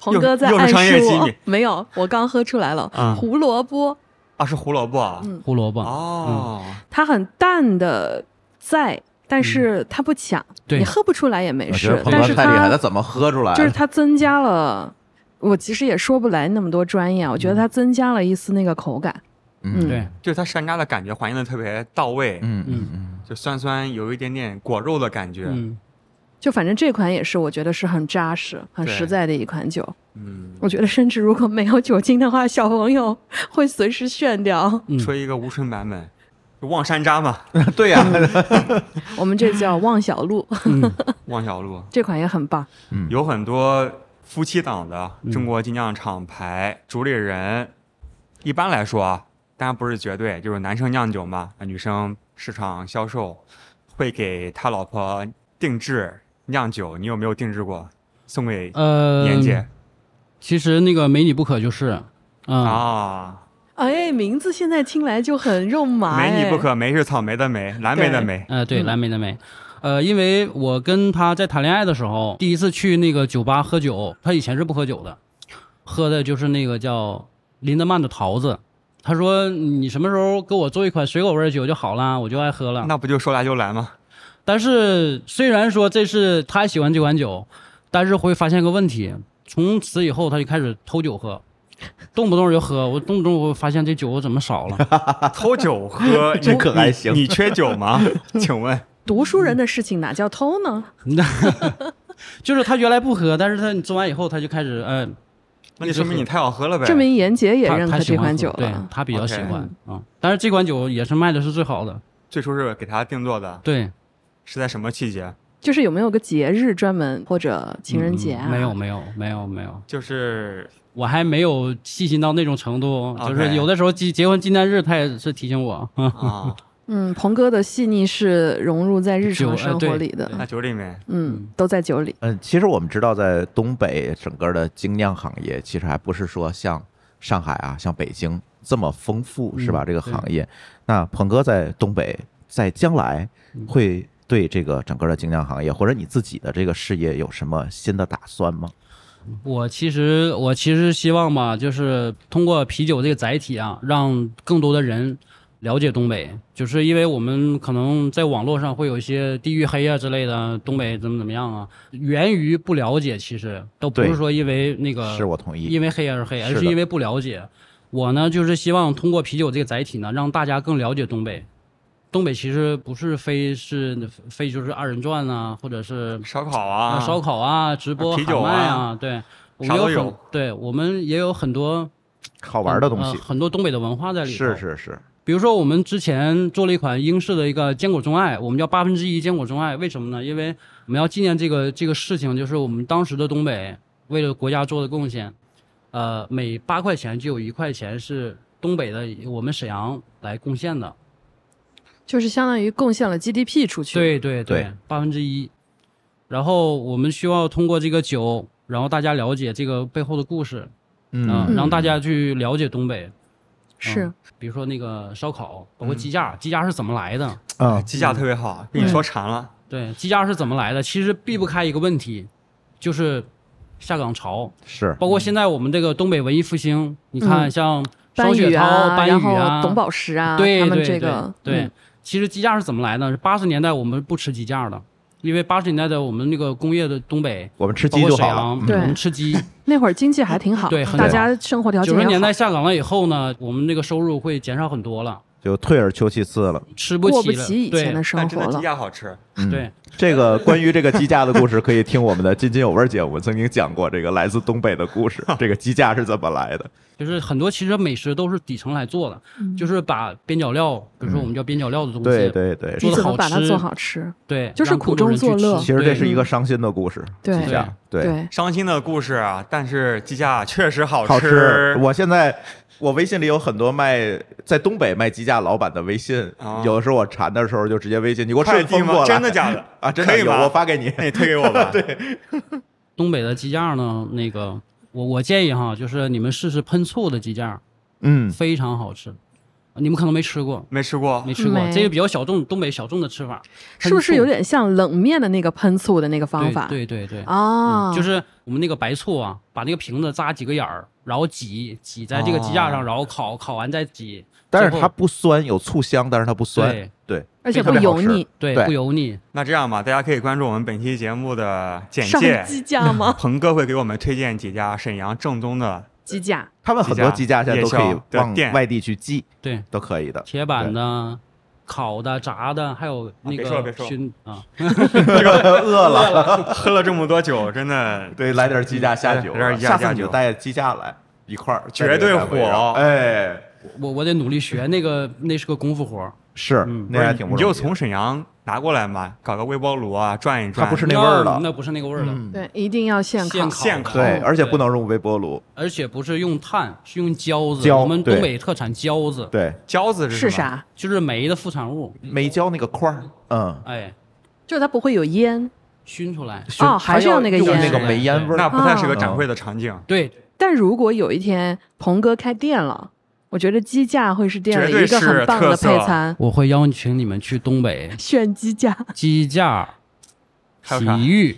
鹏哥在又是暗商业示机我密，没有，我刚喝出来了，嗯胡萝卜，啊，是胡萝卜啊。嗯胡萝卜，哦，它很淡的在，但是它不抢，对你喝不出来也没我觉事得，鹏但哥是太厉害，它他怎么喝出来的？就是它增加了，我其实也说不来那么多专业啊，我觉得它增加了一丝那个口感，嗯对，就是它山楂的感觉还原的特别到位，嗯嗯嗯嗯，就酸酸有一点点果肉的感觉。嗯，就反正这款也是我觉得是很扎实、很对实在的一款酒，嗯，我觉得甚至如果没有酒精的话，小朋友会随时炫掉。嗯吹一个无醇版本，就望山楂嘛，对呀，我们这叫望小路，嗯， (laughs) 望小鹿。这款也很棒。嗯有很多夫妻档的嗯中国精酿厂牌主理人，一般来说啊，当然不是绝对，就是男生酿酒嘛，女生市场销售，会给他老婆定制酿酒。你有没有定制过？送给呃，年姐、其实那个美女不可就是，嗯，啊，哎，名字现在听来就很肉麻、哎。没你不可，梅是草莓的莓，蓝莓的莓。呃，对，嗯蓝莓的莓。呃，因为我跟她在谈恋爱的时候，第一次去那个酒吧喝酒，她以前是不喝酒的，喝的就是那个叫林德曼的桃子。她说：“你什么时候给我做一款水果味儿酒就好啦，我就爱喝了。那不就说来就来吗？”但是虽然说这是她喜欢这款酒，但是会发现个问题，从此以后她就开始偷酒喝，动不动就喝。我动不动我发现这酒我怎么少了， (laughs) 啊偷酒喝，这你可还行你你缺酒吗？请问，读书人的事情哪叫偷呢？就是她原来不喝，但是她做完以后她就开始，呃，那就说明你太好喝了呗。证明严杰也他认他可喜这欢款喝酒对了。他比较 OK 喜欢啊。但是这款酒也是卖的是最好的，最初是给他定做的，对，是在什么季节？就是有没有个节日专门或者情人节啊？嗯没有，没有没有没有，就是我还没有细心到那种程度，就 OK 是有的时候结结婚纪念日他也是提醒我，嗯啊，嗯，鹏哥的细腻是融入在日常酒生呃对活里的，那酒里面嗯，都在酒里。嗯，其实我们知道，在东北整个的精酿行业，其实还不是说像上海啊、像北京这么丰富，是吧？嗯这个行业。那鹏哥在东北，在将来会对这个整个的精酿行业，或者你自己的这个事业有什么新的打算吗？我其实我其实希望吧，就是通过啤酒这个载体啊，让更多的人了解东北。就是因为我们可能在网络上会有一些地域黑啊之类的，东北怎么怎么样啊，源于不了解，其实都不对是说因为那个是我同意。因为黑而黑，是而的是因为不了解。我呢，就是希望通过啤酒这个载体呢，让大家更了解东北。东北其实不是非是非就是二人转呐、或者是烧烤啊，烧烤啊、直播、啤酒啊喊麦啊，对，我们啥都有有很，对我们也有很多好玩的东呃西，很多东北的文化在里头。是，是是，比如说我们之前做了一款英式的一个坚果钟爱，我们叫八分之一坚果钟爱，为什么呢？因为我们要纪念这个这个事情，就是我们当时的东北为了国家做的贡献，呃，每八块钱就有一块钱是东北的我们沈阳来贡献的。就是相当于贡献了 GDP 出去。，对对对，八分之一。然后我们需要通过这个酒，然后大家了解这个背后的故事，啊嗯让大家去了解东北，是比如说那个烧烤，包括嗯鸡架，鸡架是怎么来的？啊鸡架特别好，被你说馋了。对，鸡架是怎么来的？其实避不开一个问题，就是下岗潮，是包括现在我们这个东北文艺复兴，你看嗯像班双雪宇涛、啊，班然宇后啊，董宝石啊，对他们对这对个对嗯，其实鸡架是怎么来的？八十年代我们不吃鸡架的，因为八十年代的我们那个工业的东北，我们吃包鸡括就沈好了，嗯阳，对我们吃鸡。那会儿经济还挺好，对很大好家生活条件九也十好。年代下岗了以后呢，我们那个收入会减少很多了，就退而求其次了。吃过起不了。起以前的对生但真活的鸡了。架好吃，嗯对，这个关于这个鸡架的故事，可以听我们的津津有味节目，曾经讲过这个来自东北的 (laughs) 故事，这个鸡架是怎么来的。就是很多其实美食都是底层来做的，嗯就是把边角料，比如说我们叫边角料的东西，嗯对对对，你做得怎好么把它吃做好吃？对就是让更苦多人中去作乐吃其实这对是一个伤心的故事，对鸡架对。对，伤心的故事啊，但是鸡架确实好好吃！我现在我微信里有很多卖在东北卖鸡架老板的微信啊，有的时候我馋的时候就直接微信，你给我快顺递丰过吗？来，真的假的？ (laughs) 啊？真可的以有，吗我发给你。那你推给我 (laughs) 吧。对，东北的鸡架呢，那个我我建议哈，就是你们试试喷醋的鸡架，嗯，非常好吃。你们可能没吃过，没吃过没吃过没，这个比较小众，东北小众的吃法。是不是有喷醋点像冷面的那个喷醋的那个方法？对对对对嗯啊，就是我们那个白醋啊，把那个瓶子扎几个眼儿，然后挤挤在这个鸡架上，哦然后烤，烤完再挤。但是最后它不酸，有醋香，但是它不酸，对对，而且特不别好油吃腻。对对不油腻，那这样吧，大家可以关注我们本期节目的简上介，鸡架吗？鹏哥会给我们推荐几家沈阳正宗的 (laughs) 鸡架，他们很多鸡架现在都可夜以宵对往店外地去寄，对，都可以的。铁板的、烤的、炸的，还啊有那别说了别个说了熏啊，饿了，喝了这么多酒，真的对，来点鸡架下酒嗯来点啊，鸡架下次下你就酒带鸡架来一块儿，绝对带这个来火嗯围绕哎，我我得努力嗯学那个，那是个功夫活儿。是嗯那还挺你 (laughs) 不容就易的。从沈阳拿过来嘛，搞个微波炉啊，转一转。它不是那味儿了那不是那个味儿了，嗯对，一定要现烤现。现烤对，而且对不能用微波炉，而且不是用炭，是用胶子。胶我们对东北特产胶子，对，饺子是什么？啥？就是煤的副产物，没浇那个块儿，嗯，哦哎，就是它不会有烟，熏出来。熏哦还是它要那个用烟那个煤烟味那儿。不太适合展会的场哦景，对，但如果有一天鹏哥开店了，我觉得鸡架会是店绝里对一个是很棒的特色配餐。我会邀请你们去东北炫鸡架，(laughs) 鸡架、还有啥洗浴，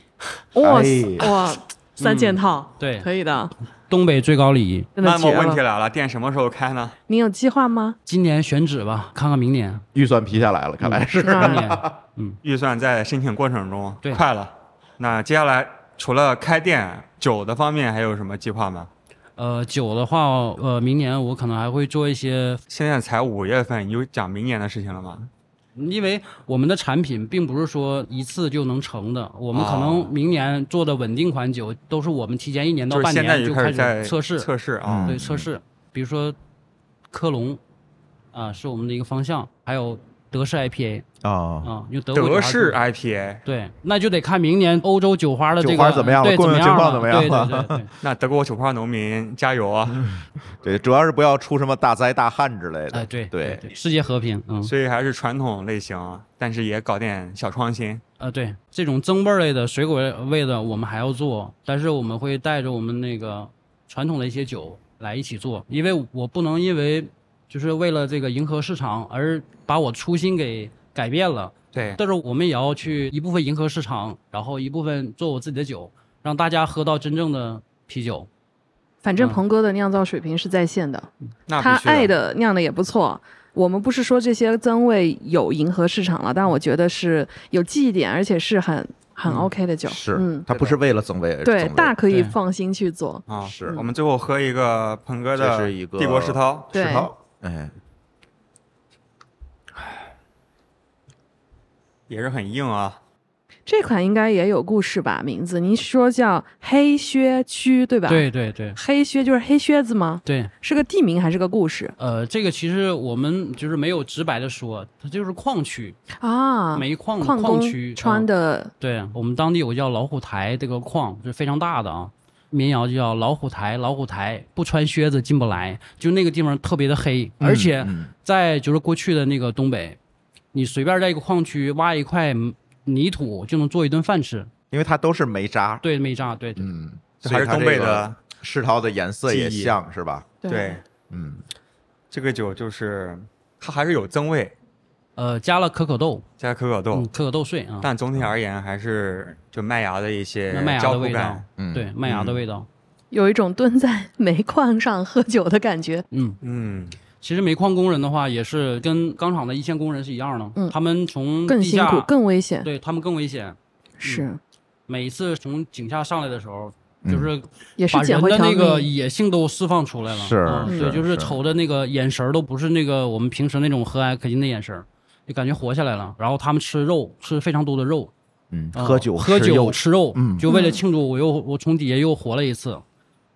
哇哎哇，三件套，对可以的，东北最高礼仪。真的那么绝问题了。来了，店什么时候开呢？你有计划吗？今年选址吧，看看明年。预算批下来了，嗯看来是。明年那 (laughs) 预算在申请过程中，对快了。那接下来除了开店，酒的方面还有什么计划吗？呃，酒的话，呃，明年我可能还会做一些，现在才五月份，有讲明年的事情了吗？因为我们的产品并不是说一次就能成的，我们哦可啊能明年做的稳定款酒都是我们提前一年就到是半现在年就就开始在始测试，测试啊嗯，对测试，比如说科隆啊、是我们的一个方向，还有德式 IPA 啊，啊、用德德国酒花做式的 IPA，对，那就得看明年欧洲酒花的这个酒花怎么样了对，供应么情况了怎么样了对对对对，那德国酒花农民加油嗯啊！对，主要是不要出什么大灾大旱之类哎的。对 (laughs) 对，对，世界和平，嗯所以还是传统类型，啊但是也搞点小创新。啊对，这种增味儿类的、水果味的我们还要做，但是我们会带着我们那个传统的一些酒来一起做，因为我不能因为就是为了这个迎合市场而把我初心给改变了，对，但是我们也要去一部分迎合市场，然后一部分做我自己的酒，让大家喝到真正的啤酒。反正嗯鹏哥的酿造水平是在线的，那他必须爱的酿的也不错。我们不是说这些增味有迎合市场了，但我觉得是有记忆点，而且是很很 OK 的酒。是嗯，，它不是为了增味而增对味，，大可以对放心去做。啊。是我们最后喝一个鹏哥这的是一个帝国石涛，对石，头，嗯哎，也是很硬啊。这款应该也有故事吧？名字您说叫黑靴区对吧？，对对对黑靴就是黑靴子吗？对，是个地名还是个故事呃，这个其实我们就是没有直白的说，它就是矿区，啊？煤矿的矿矿工区穿、啊的对我们当地有个叫老虎台这个矿，是非常大的啊。民谣就叫老虎台，老虎台不穿靴子进不来，就那个地方特别的黑，而且嗯在就是过去的那个东北，你随便在一个矿区挖一块泥土就能做一顿饭吃，因为它都是梅渣，对，没渣，对，对嗯，这还是东北的，世涛的颜色也记忆像是吧？对，嗯，这个酒就是它还是有增味，呃，加了可可豆，加可可豆嗯，，可可豆碎啊，但总体而言还是就麦芽的一些那麦芽焦的糊味道感。，嗯对，麦芽的味道，有一种蹲在煤矿上喝酒的感觉。嗯，嗯，其实煤矿工人的话，也是跟钢厂的一线工人是一样的，嗯他们从更地辛下嗯苦，更危险。对他们更危险。是，每一次从井下上来的时候，嗯就是也是把捡人回的条那个命。野性都释放出来了，是嗯是对，就是是瞅着那个眼神儿都不是那个我们平时那种和蔼可亲的眼神儿，就感觉活下来了。然后他们吃肉，吃非常多的肉，嗯，啊喝酒喝吃肉酒吃肉，嗯就为了庆祝我又我从底下又活了一次，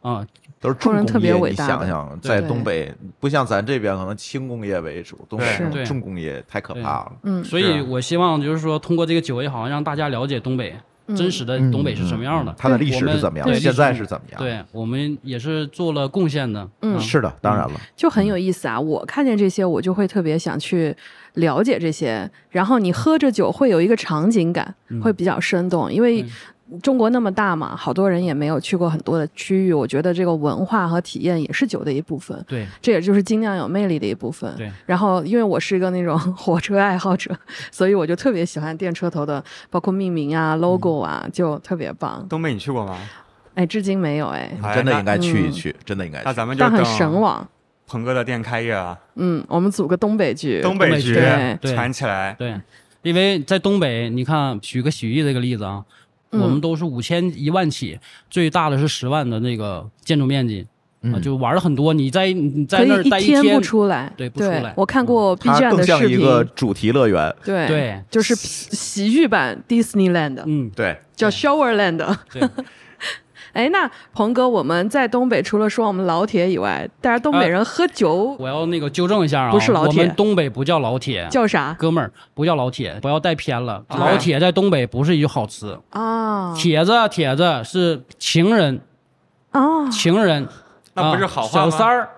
啊，都是重工人特工业，别伟你大想的想，对在对东北不像咱这边可能轻工业为主，东对北是对重工业太可怕了。嗯，所啊以我希望就是说通过这个酒也好，让大家了解东北嗯真实的东北是什么样的嗯嗯嗯。它的历我史们是怎么样对的？历史现在是怎么样？，对我们也是做了贡献的，啊嗯是的，当然了，就很有意思啊！我看见这些，我就会特别想去了解这些。然后你喝着酒，会有一个场景感，嗯会比较生动。因为中国那么大嘛，好多人也没有去过很多的区域。我觉得这个文化和体验也是酒的一部分，对这也就是精酿有魅力的一部分。对。然后，因为我是一个那种 (laughs) 火车爱好者，所以我就特别喜欢电车头的，包括命名嗯啊、logo 啊，就特别棒。东北你去过吗？哎，至今没有哎，哎真的那应该去一嗯去，真的应该那去。咱们就但很神等往。鹏哥的店开业啊，嗯，我们组个东北局。东北北局局对攒起来，对，因为在东北，你看举个洗浴这个例子啊，嗯我们都是五千一万起，最大的是十万的那个建筑面积，啊，嗯就玩了很多。你在你可在那儿以待天天不，出来，对不出来嗯我看过 B 它站更的像视一频，个主题乐园。对对就是喜剧版 Disneyland，、嗯，对，叫 Showerland。对， (laughs) 哎，那鹏哥，我们在东北除了说我们老铁以外，但是东北人喝酒啊我要那个纠正一下啊，不是老铁我们东北不叫老铁，叫啥哥们儿不叫老铁，不要带偏了，老铁在东北不是一句好词，啊？铁子铁子是情人，啊，情人，那不是啊好话小吗？三儿哦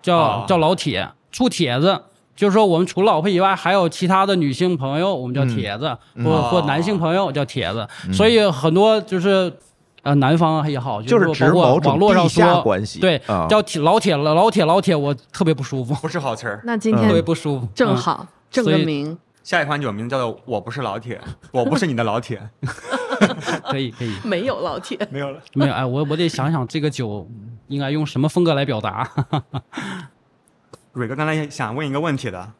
叫叫老铁，处铁子。就是说，我们除了老婆以外，还有其他的女性朋友，我们叫嗯铁子，或哦或男性朋友叫铁子。所以很多就是，呃，南方也好，就是是说指包某括种网络上地下说关系对啊，嗯叫铁老铁了，老铁老铁，我特别不舒服，不是好词儿。那今特别天不舒服。正嗯，好正个所以名，下一款酒名叫做“我不是老 (laughs) 铁，我不是你的老铁可以可以，没有老铁”，没有了。没有哎，我我得想想这个酒应该用什么风格来表达。蕊哥刚才想问一个问题嗯的，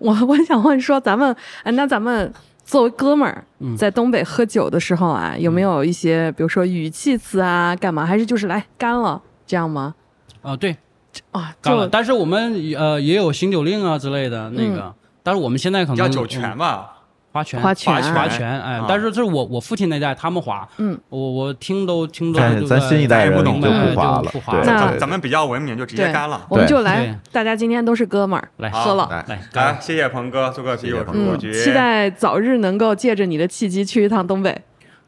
我我想问说，咱们哎，那咱们作为哥们儿，嗯在东北喝酒的时候啊，有没有一些比如说语气词啊，干嘛？还是就是来干了这样吗？啊，对，啊，干了。就但是我们呃也有醒酒令啊之类的那嗯个，但是我们现在可能叫酒嗯泉吧？划拳，划拳划拳，哎啊，但是这是我我父亲那代他们划，嗯，我我听都听都，咱都咱新一代人咱也不就懂哎不花就了不，花嗯对了那咱咱们比较文明，就直接对干了。我们对就来对，大家今天都是哥们儿，来喝了。嗯来来来，谢谢鹏哥做客啤酒谢谢鹏出哥嗯局，期待早日能够借着你的契机去一趟东北。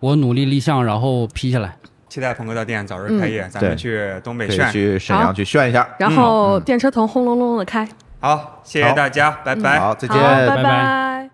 我努力立项，然后批下来。期待鹏哥的店早日开业，咱们嗯对去东北可以炫。去沈阳去炫一下。然嗯后电车头轰隆隆的开，好，谢谢好嗯大家，拜拜。好，再好，见，拜拜拜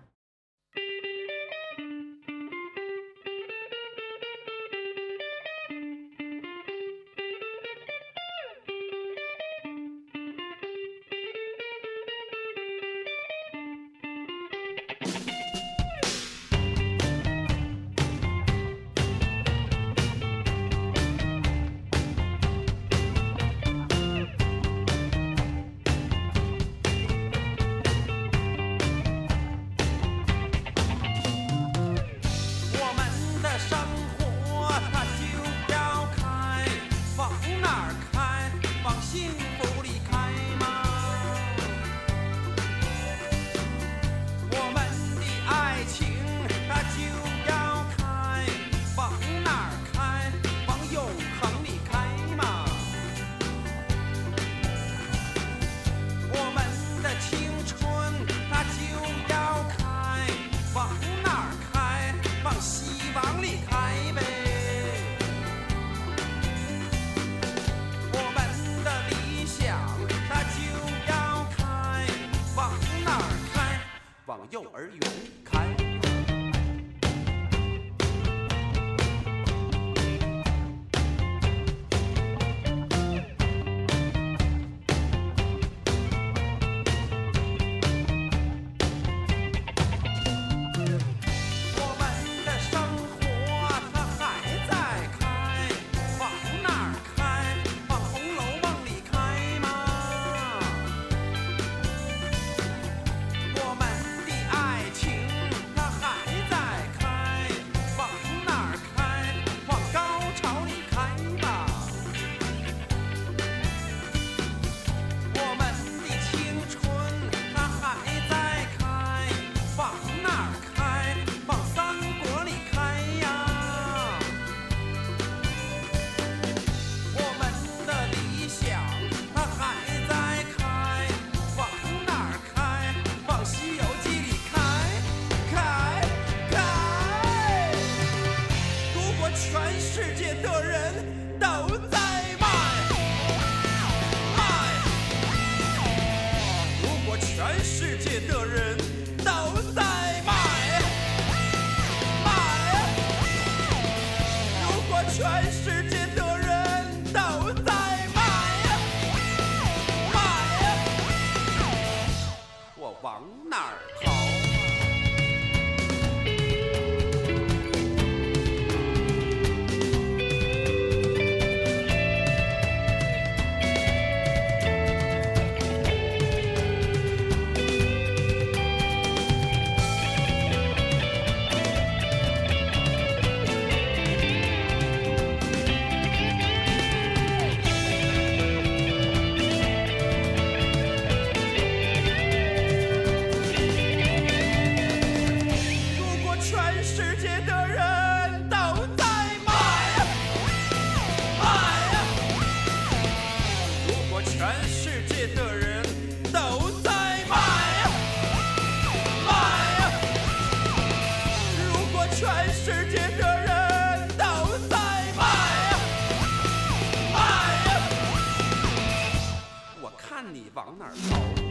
世界的人都在买。买如果全世界的人都在买。买如果全世界的人都在买。买我看你往哪儿逃。